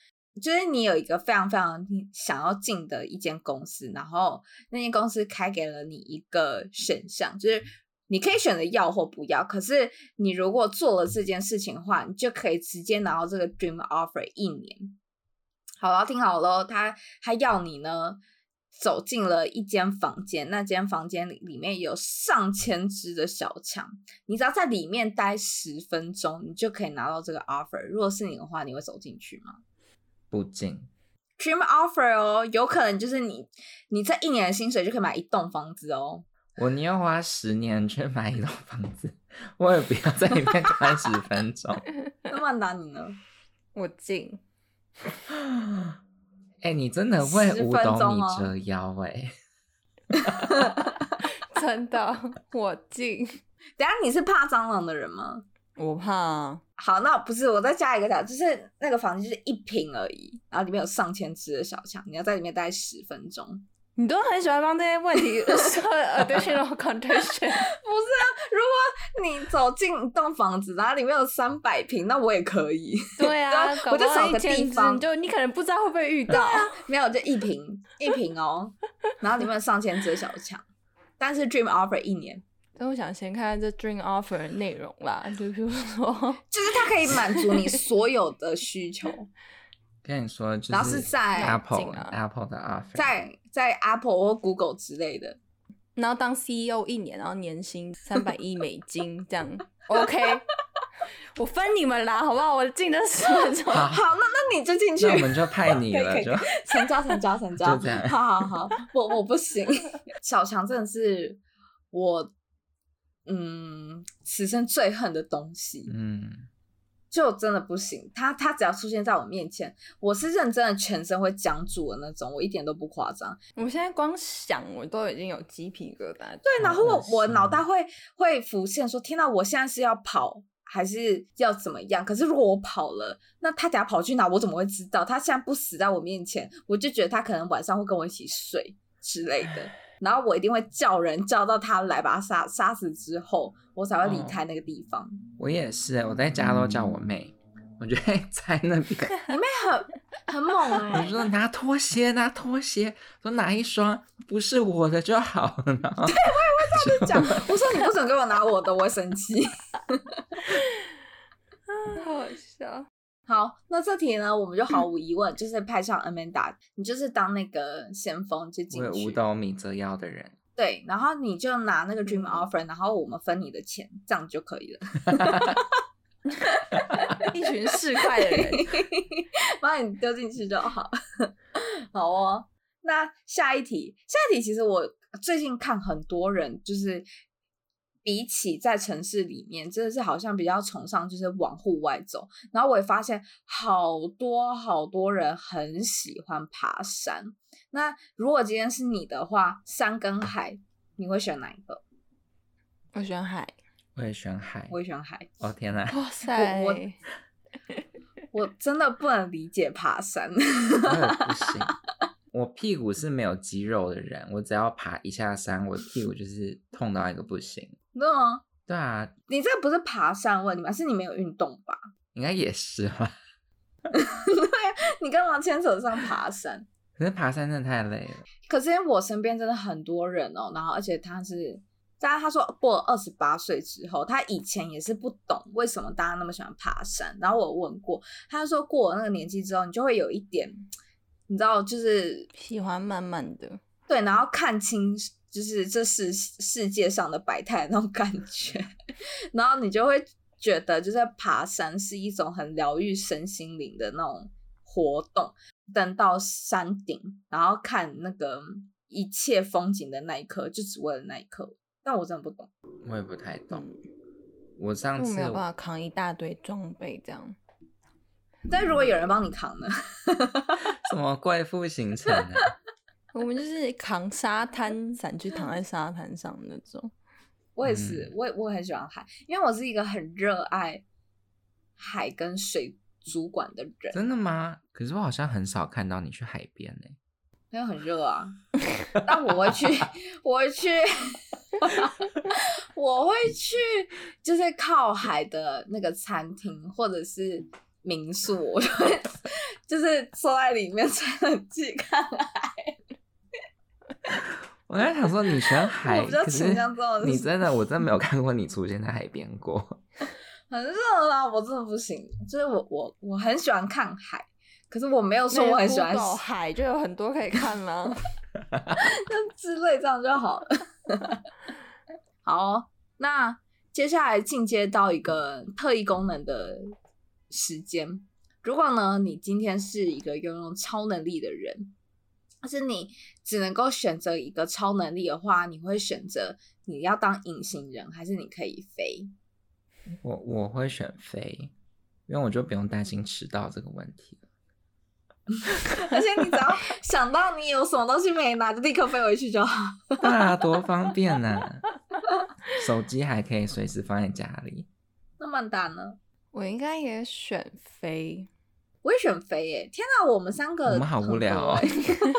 Speaker 1: 就是你有一个非常非常你想要进的一间公司，然后那间公司开给了你一个选项，就是你可以选择要或不要。可是你如果做了这件事情的话，你就可以直接拿到这个 dream offer 一年。好了，听好喽，他他要你呢走进了一间房间，那间房间里里面有上千只的小强，你只要在里面待十分钟，你就可以拿到这个 offer。如果是你的话，你会走进去吗
Speaker 3: 不进。
Speaker 1: ？Dream offer 哦，有可能就是你你这一年的薪水就可以买一栋房子哦。
Speaker 3: 我宁愿花十年去买一栋房子，我也不要在里面关十分钟。
Speaker 1: 那曼达你呢？
Speaker 2: 我进，
Speaker 3: 哎、你真的会
Speaker 1: 10
Speaker 3: 五
Speaker 1: 分
Speaker 3: 斗
Speaker 1: 钟
Speaker 3: 米
Speaker 1: 哦
Speaker 3: 折腰哎、
Speaker 2: 真的，我进。
Speaker 1: 等一下你是怕蟑螂的人吗？
Speaker 2: 我怕啊，
Speaker 1: 好，那不是我再加一个讲，就是那个房间就是一平而已，然后里面有上千只的小强，你要在里面待十分钟。
Speaker 2: 你都很喜欢帮这些问题设 additional condition。
Speaker 1: 不是啊，如果你走进一栋房子，然后里面有三百平，那我也可 以。
Speaker 2: 对啊，
Speaker 1: 对啊
Speaker 2: 搞
Speaker 1: 我
Speaker 2: 不
Speaker 1: 就
Speaker 2: 好
Speaker 1: 找
Speaker 2: 一
Speaker 1: 个
Speaker 2: 千
Speaker 1: 地
Speaker 2: 只
Speaker 1: 方
Speaker 2: 你就你可能不知道会不会遇到。
Speaker 1: 没有，就一平 一平哦，然后里面有上千只的小强，但是 Dream Offer 一年，
Speaker 2: 但我想先看看这 dream offer 的内容啦，就比如说，
Speaker 1: 就是它可以满足你所有的需 求，
Speaker 3: 跟你说，就
Speaker 1: 然后是在
Speaker 3: Apple
Speaker 2: 进啊
Speaker 3: Apple 的 offer，
Speaker 1: 在在 Apple 或 Google 之类 的。
Speaker 2: 然后当 CEO 一年，然后年薪三百亿美金这样 ，OK，我分你们啦，好不好？我进的十分钟，
Speaker 3: 好，
Speaker 1: 好，那那你就进去
Speaker 3: 那，我 们就派你
Speaker 1: 可
Speaker 3: 了，
Speaker 1: 以可
Speaker 3: 就
Speaker 1: 以成交成交成交，
Speaker 3: 就这样
Speaker 1: 好好好，我我不行， 小强真的是我嗯此生最恨的东西。
Speaker 3: 嗯，
Speaker 1: 就真的不行。他他只要出现在我面前，我是认真的，全身会僵住的那种，我一点都不夸张。
Speaker 2: 我现在光想我都已经有鸡皮疙瘩。
Speaker 1: 对，然后
Speaker 3: 好恶
Speaker 1: 我
Speaker 3: 心
Speaker 1: 我脑袋会会浮现说，天呐，我现在是要跑还是要怎么样？可是如果我跑了，那他等下跑去哪，我怎么会知道？他现在不死在我面前，我就觉得他可能晚上会跟我一起睡之类的。然后我一定会叫人叫到他来把他杀杀死之后，我才
Speaker 3: 嗯
Speaker 1: 会离开那个地 方。
Speaker 3: 我也是、欸我在家都叫我妹，我就会在那边，
Speaker 1: 很猛 哎、
Speaker 3: 我就说拿拖鞋，拿拖鞋，说哪一双不是我的就好了， 然后
Speaker 1: 讲，我说你不准给我拿我的，我会生气。
Speaker 2: 啊好笑。
Speaker 1: 好，那这题呢，我们就毫无疑问、就是派上 Amanda，你就是当那个先锋就进
Speaker 3: 我有五
Speaker 1: 去，
Speaker 3: 斗米折腰的人，
Speaker 1: 对，然后你就拿那个 dream
Speaker 2: 嗯
Speaker 1: offer，、然后我们分你的钱，这样就可以了。
Speaker 2: 一群市 侩的人，
Speaker 1: 把你丢进去就好。 好哦，那下一题，下一题其实我最近看很多人就是。比起在城市里面，真的是好像比较崇尚就是往户外走。然后我也发现好多好多人很喜欢爬山。那如果今天是你的话，山跟海，你会选哪一个？
Speaker 2: 我喜欢海。
Speaker 3: 我也选海
Speaker 1: 我，会选海。
Speaker 3: 哦 天哪，
Speaker 2: 哇塞，
Speaker 1: 我我真的不能理解爬山。
Speaker 3: 我也不行。我屁股是没有肌肉的人，我只要爬一下山，我屁股就是痛到一个不行。
Speaker 1: 你知道吗？
Speaker 3: 对啊，
Speaker 1: 你这不是爬山的问题吗？是你没有运动吧？
Speaker 3: 应该也是 吧。
Speaker 1: 啊你干嘛牵扯上爬山？
Speaker 3: 可是爬山真的太累了，
Speaker 1: 可是因为我身边真的很多人哦，然后而且他是，当然他说过了二十八岁之后，他以前也是不懂为什么大家那么喜欢爬山。然后我问过，他就说过了那个年纪之后，你就会有一点，你知道，就是
Speaker 2: 喜欢慢慢的，
Speaker 1: 对，然后看清 就是这世世界上的百态那种感觉，然后你就会觉得就是爬山是一种很疗愈身心灵的那种活动。登到山顶，然后看那个一切风景的那一刻，就只为了那一刻。但我真的不懂，
Speaker 3: 我也不太懂。
Speaker 2: 嗯
Speaker 3: 我上
Speaker 2: 因为我
Speaker 3: 次
Speaker 2: 没有办法扛一大堆装备这样。
Speaker 1: 但如果有人帮你扛呢？
Speaker 3: 什么贵妇行程啊？
Speaker 2: 我们就是扛沙滩伞去躺在沙滩上那种。
Speaker 1: 我也是，
Speaker 3: 嗯
Speaker 1: 我也我也很喜欢海，因为我是一个很热爱海跟水族馆的人，
Speaker 3: 真的吗？可是我好像很少看到你去海边呢、
Speaker 1: 因为很热啊。但我会去，我会去， 我会去，就是靠海的那个餐厅或者是民宿，我就会就是坐在里面吹冷气看海。
Speaker 3: 我在想说你喜 欢海，
Speaker 1: 我比较
Speaker 3: 可是
Speaker 1: 倾向这种
Speaker 3: 你真的我真的没有看过你出现在海边过。
Speaker 1: 很热啦，我真的不行。就是我我我很喜欢看海，可是我没有说我很喜欢
Speaker 2: 那个 Google 海，就有很多可以看 啦。
Speaker 1: 之类，这样就好了。好哦，那接下来进阶到一个特异功能的时间。如果呢，你今天是一个拥有超能力的人，但是你只能够选择一个超能力的话，你会选择你要当隐形人，还是你可以飞？
Speaker 3: 我我会选飞，因为我就不用担心迟到这个问题了。
Speaker 1: 而且你只要想到你有什么东西没拿，就立刻飞回去就好。
Speaker 3: 对啊，多方便啊！手机还可以随时放在家里。
Speaker 1: 那曼达呢？
Speaker 2: 我应该也选飞，
Speaker 1: 我也选飞耶、天哪，我们三个
Speaker 3: 我们好无聊哦
Speaker 1: 很 多欸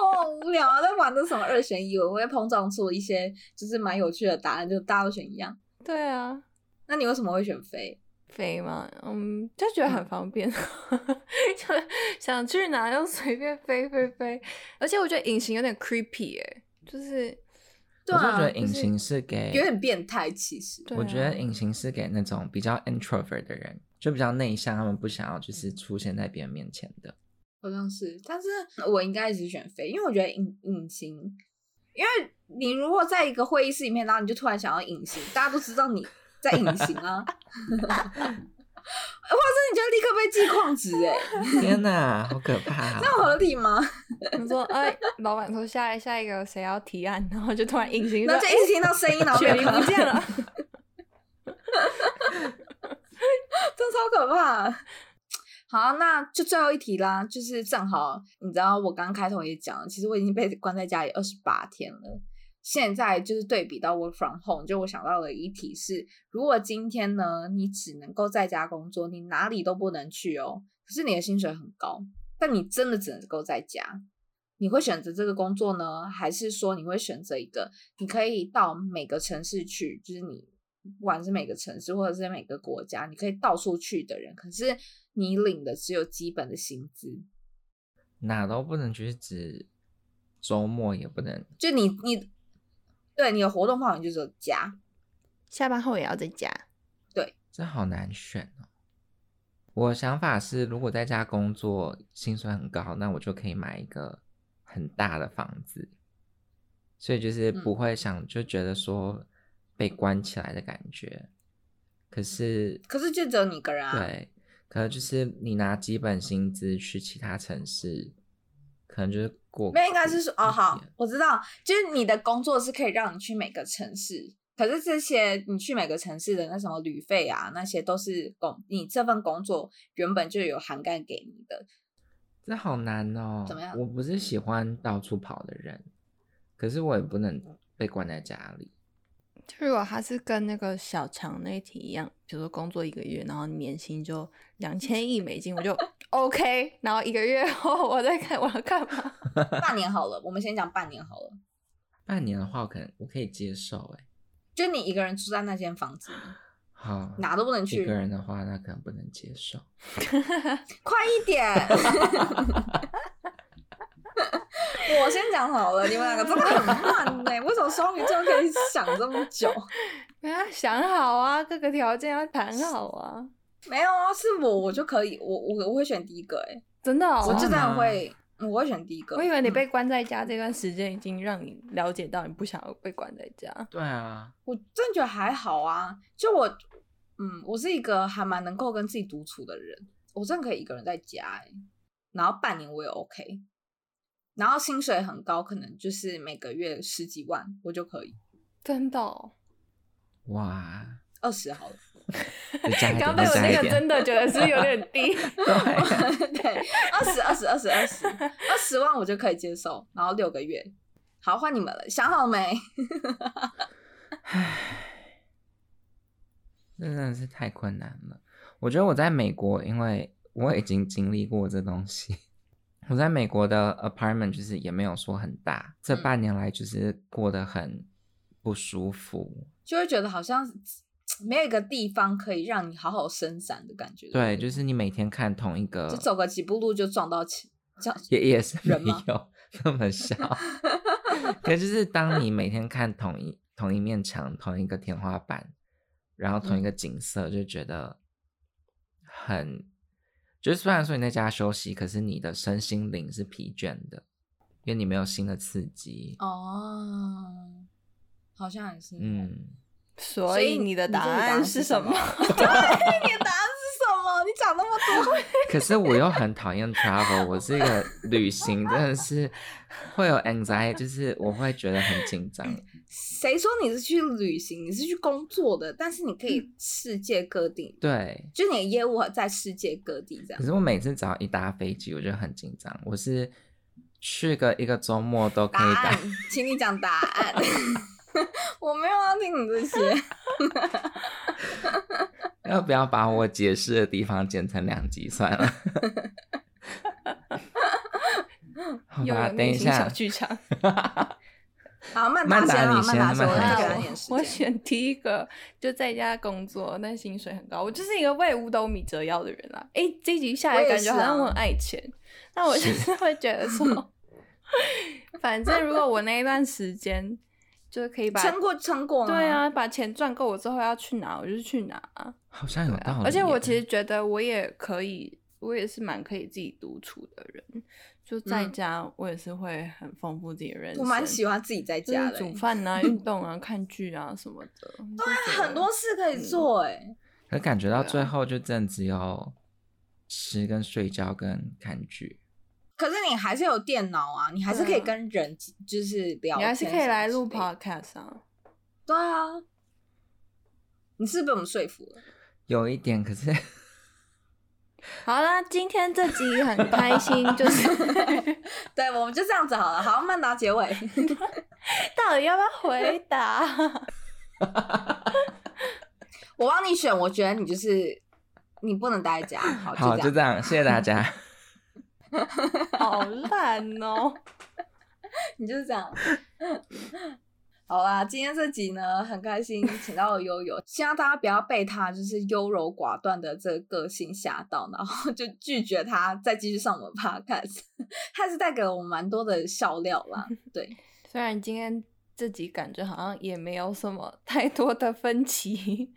Speaker 1: 我好无聊啊，在玩的什么二选一，我会碰撞出一些就是蛮有趣的答案，就大家都选一样。
Speaker 2: 对啊，
Speaker 1: 那你为什么会选飞？
Speaker 2: 飞嘛，嗯，就觉得很方便， 就想去哪就随便飞飞飞。而且我觉得隐形有点 creepy 哎、就是
Speaker 1: 对
Speaker 3: 我就
Speaker 1: 啊
Speaker 3: 觉，得隐
Speaker 2: 就是
Speaker 3: 形是给
Speaker 1: 有点变态，其实。
Speaker 2: 对
Speaker 3: 我觉
Speaker 2: 啊
Speaker 3: 得隐形是给那种比较 introvert 的人，就比较内向，他们不想要就是出现在别人面前的。
Speaker 1: 好像是，但是我应该也是选飞，因为我觉得隐隐形，因为你如果在一个会议室里面，然后你就突然想要隐形，大家都知道你在隐形啊，或者是你就立刻被记旷职、欸，哎，
Speaker 3: 天哪，好可怕、
Speaker 1: 这
Speaker 3: 哦！
Speaker 1: 合理吗？
Speaker 2: 你说哎，老板说下一下一个谁要提案，然后就突然隐形，
Speaker 1: 然后就一直听到声音，然后没有
Speaker 2: 雪
Speaker 1: 看
Speaker 2: 梨
Speaker 1: 到
Speaker 2: 不见了。
Speaker 1: 真超可怕。 好，啊那就最后一题啦，就是正好你知道我刚开头也讲了，其实我已经被关在家里二十八天了。现在就是对比到 work from home，就我想到的一题是，如果今天呢你只能够在家工作，你哪里都不能去哦，可是你的薪水很高，但你真的只能够在家，你会选择这个工作呢，还是说你会选择一个你可以到每个城市去，就是你不管是每个城市或者是每个国家，你可以到处去的人，可是你领的只有基本的薪资，
Speaker 3: 哪都不能去，指周末也不能。
Speaker 1: 就你你对你的活动范围就只有家，
Speaker 2: 下班后也要在家，
Speaker 3: 这好难选哦。我的想法是，如果在家工作，薪水很高，那我就可以买一个很大的房子，所以就是
Speaker 1: 嗯
Speaker 3: 不会想、就觉得说被关起来的感觉。可是，
Speaker 1: 可是就只有你一个人啊。
Speaker 3: 对，可能就是你拿基本薪资去其他城市，可能就是过
Speaker 1: 没有，应该是
Speaker 3: 苦
Speaker 1: 说哦，
Speaker 3: 一
Speaker 1: 好
Speaker 3: 点，
Speaker 1: 我知道，就是你的工作是可以让你去每个城市，可是这些你去每个城市的那什么旅费啊，那些都是工你这份工作原本就有涵盖给你的，
Speaker 3: 这好难哦。
Speaker 1: 怎么样
Speaker 3: 我不是喜欢到处跑的人，可是我也不能被关在家里。
Speaker 2: 就如果他是跟那个小强那一题一样，比如说工作一个月，然后年薪就两千亿美金，我 就 OK，然后一个月后我再看我要干嘛。
Speaker 1: 半年好了，我们先讲半年好了。
Speaker 3: 半年的话，我可能我可以接受。哎，
Speaker 1: 就你一个人住在那间房子里，
Speaker 3: 好，
Speaker 1: 哪都不能
Speaker 3: 一
Speaker 1: 去
Speaker 3: 个，人的话，那可能不能接受。
Speaker 1: 快一 点！我先讲好了，你们两个真的很慢呢、为什么双鱼座可以想这么久？
Speaker 2: 没有想好啊，各个条件要谈好啊，
Speaker 1: 没有啊，是我我就可以，我我我会选第一个、欸，
Speaker 2: 真的、
Speaker 1: 我
Speaker 2: 哦
Speaker 1: 就。
Speaker 3: 真
Speaker 1: 真
Speaker 3: 的
Speaker 1: 的
Speaker 3: 吗
Speaker 1: 会，我会选第一个。
Speaker 2: 我以为你
Speaker 1: 嗯
Speaker 2: 被关在家这段时间已经让你了解到你不想要被关在家，
Speaker 3: 对啊，
Speaker 1: 我真的觉得还好啊，就我嗯，我是一个还蛮能够跟自己独处的人，我真的可以一个人在家、欸，然后半年我也 OK，然后薪水很高，可能就是每个月十几万我就可以，
Speaker 2: 真的、哦。
Speaker 3: 哇，
Speaker 1: 二十好了，
Speaker 3: 就加一
Speaker 2: 刚
Speaker 3: 点，
Speaker 2: 被
Speaker 3: 再
Speaker 2: 我
Speaker 3: 加
Speaker 2: 那
Speaker 3: 一
Speaker 2: 个
Speaker 3: 点，
Speaker 2: 真的觉得是有点 低，
Speaker 3: 对，
Speaker 1: 对，二十二十二十二十二十万我就可以接受，然后六个月，好换你们了，想好没？
Speaker 3: 真的是太困难了。我觉得我在美国，因为我已经经历过这东西。我在美国的 apartment 就是也没有说很大，这
Speaker 1: 嗯
Speaker 3: 半年来就是过得很不舒服。
Speaker 1: 就会觉得好像没有一个地方可以让你好好伸展的感觉，
Speaker 3: 对，
Speaker 1: 不
Speaker 3: 就是你每天看同一个
Speaker 1: 就，走个几步路就撞到起，这样
Speaker 3: 也也是
Speaker 1: 人
Speaker 3: 没
Speaker 1: 吗
Speaker 3: 有那 么小。可就是当你每天看同一同一面墙、同一个天花板，然后同一个
Speaker 1: 嗯
Speaker 3: 景色，就觉得很，就是虽然说你在家休息，可是你的身心灵是疲倦的，因为你没有新的刺激。
Speaker 1: 哦，好像也是，哦
Speaker 3: 嗯，
Speaker 4: 所以你的答案是 什么？
Speaker 1: 对，你的答案是什么？你讲那么多，
Speaker 3: 可是我又很讨厌 travel，我是一个旅行真的是会有 anxiety，就是我会觉得很紧张。
Speaker 1: 谁说你是去旅行？你是去工作的，但是你
Speaker 4: 嗯
Speaker 1: 可以世界各地，
Speaker 3: 对，
Speaker 1: 就你的业务在世界各地这样
Speaker 3: 可。是我每次只要一搭飞机，我就很紧张。我是去个一个周末都可
Speaker 1: 答
Speaker 3: 以
Speaker 2: 哦
Speaker 1: 案
Speaker 3: 打，，
Speaker 1: 请你讲答案。 我没有要听你这些，
Speaker 3: 要不要把我解释的地方剪成两集算了？ 好
Speaker 2: 又
Speaker 3: 吧，
Speaker 2: 有
Speaker 3: 等一
Speaker 2: 内心小
Speaker 3: 下，
Speaker 2: 剧场。
Speaker 1: 好，曼
Speaker 3: 曼达
Speaker 1: 先啊，曼
Speaker 3: 你先
Speaker 1: 达说，我
Speaker 3: 曼
Speaker 1: 再
Speaker 3: 达
Speaker 1: 给
Speaker 3: 先
Speaker 1: 他一
Speaker 2: 那
Speaker 1: 点时
Speaker 2: 我我
Speaker 1: 间。
Speaker 2: 选第一个，就在家工作，但薪水很高。我就是一个为五斗米折腰的人啊。诶，这一集下来
Speaker 1: 我也
Speaker 2: 感
Speaker 1: 是
Speaker 2: 觉
Speaker 1: 啊
Speaker 2: 好像我很爱钱，那我就是会觉得 说，反正如果我那一段时间就是可以把
Speaker 1: 撑过，撑过。
Speaker 2: 对，啊，把钱赚够，我之后要去哪我就去哪啊、
Speaker 3: 好像有
Speaker 2: 对
Speaker 3: 道
Speaker 2: 啊
Speaker 3: 哦理耶。
Speaker 2: 而且我其实觉得我也可以，我也是蛮可以自己独处的人。就在
Speaker 1: 嗯
Speaker 2: 家，我也是会很丰富自己的人生。
Speaker 1: 我蛮喜欢自己在
Speaker 2: 就
Speaker 1: 家
Speaker 2: 是
Speaker 1: 的欸、
Speaker 2: 煮饭 啊、运动啊、看剧啊什么的，对
Speaker 1: 很多事
Speaker 4: 嗯
Speaker 1: 可以做哎、
Speaker 3: 可感觉到
Speaker 2: 对啊
Speaker 3: 最后就真的只有吃跟睡觉跟看剧。
Speaker 1: 可是你还是有电脑啊，你还是可以跟人就是聊天什么之类的，
Speaker 2: 嗯你还是可以来录 podcast 啊。
Speaker 1: 对啊，你是被我们说服了，
Speaker 3: 有一点，可是
Speaker 2: 哦好啦，今天这集很开心，就是
Speaker 1: 对，我们就这样子好了。好，曼达结尾，
Speaker 2: 到底要不要回答？
Speaker 1: 我帮你选，我觉得你就是你不能待在家，好，
Speaker 3: 好
Speaker 1: 就
Speaker 3: 就
Speaker 1: 这
Speaker 3: 这
Speaker 1: 样。
Speaker 3: 样，谢 谢大家。
Speaker 2: 好烂哦、
Speaker 1: 你就是这样。 好啦，今天这集呢很开心，请到了悠悠，希望大家不要被他就是优柔寡断的这个个性吓到，然后就拒绝他再继续上我们 podcast。他 是带给了我们蛮多的笑料啦， 对，
Speaker 2: 虽然今天这集感觉好像也没有什么 太多的分歧，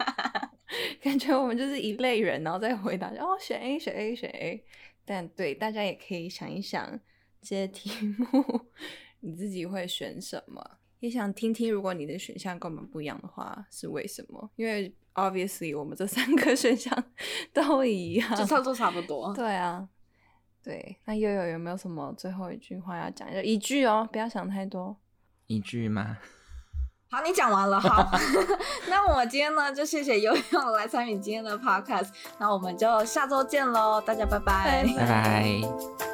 Speaker 2: 感觉我们就是一类人，然后再回答哦，选 A，选 A，选 A。但对大家也可以想一想这些题目，你自己会选什么？也想听听，如果你的选项跟我们不一样的话，是为什么？因为 obviously 我们这三个选项 都一样，
Speaker 1: 就差不多差不多。
Speaker 2: 对啊，对，那悠悠有没有什么最后一句话要讲？就一句哦，不要想太多。
Speaker 3: 一句吗？
Speaker 1: 好，你讲完了，好， 那我们今天呢就谢谢悠悠来参与今天的 podcast，那我们就下周见喽，大家拜
Speaker 2: 拜拜
Speaker 3: 拜拜。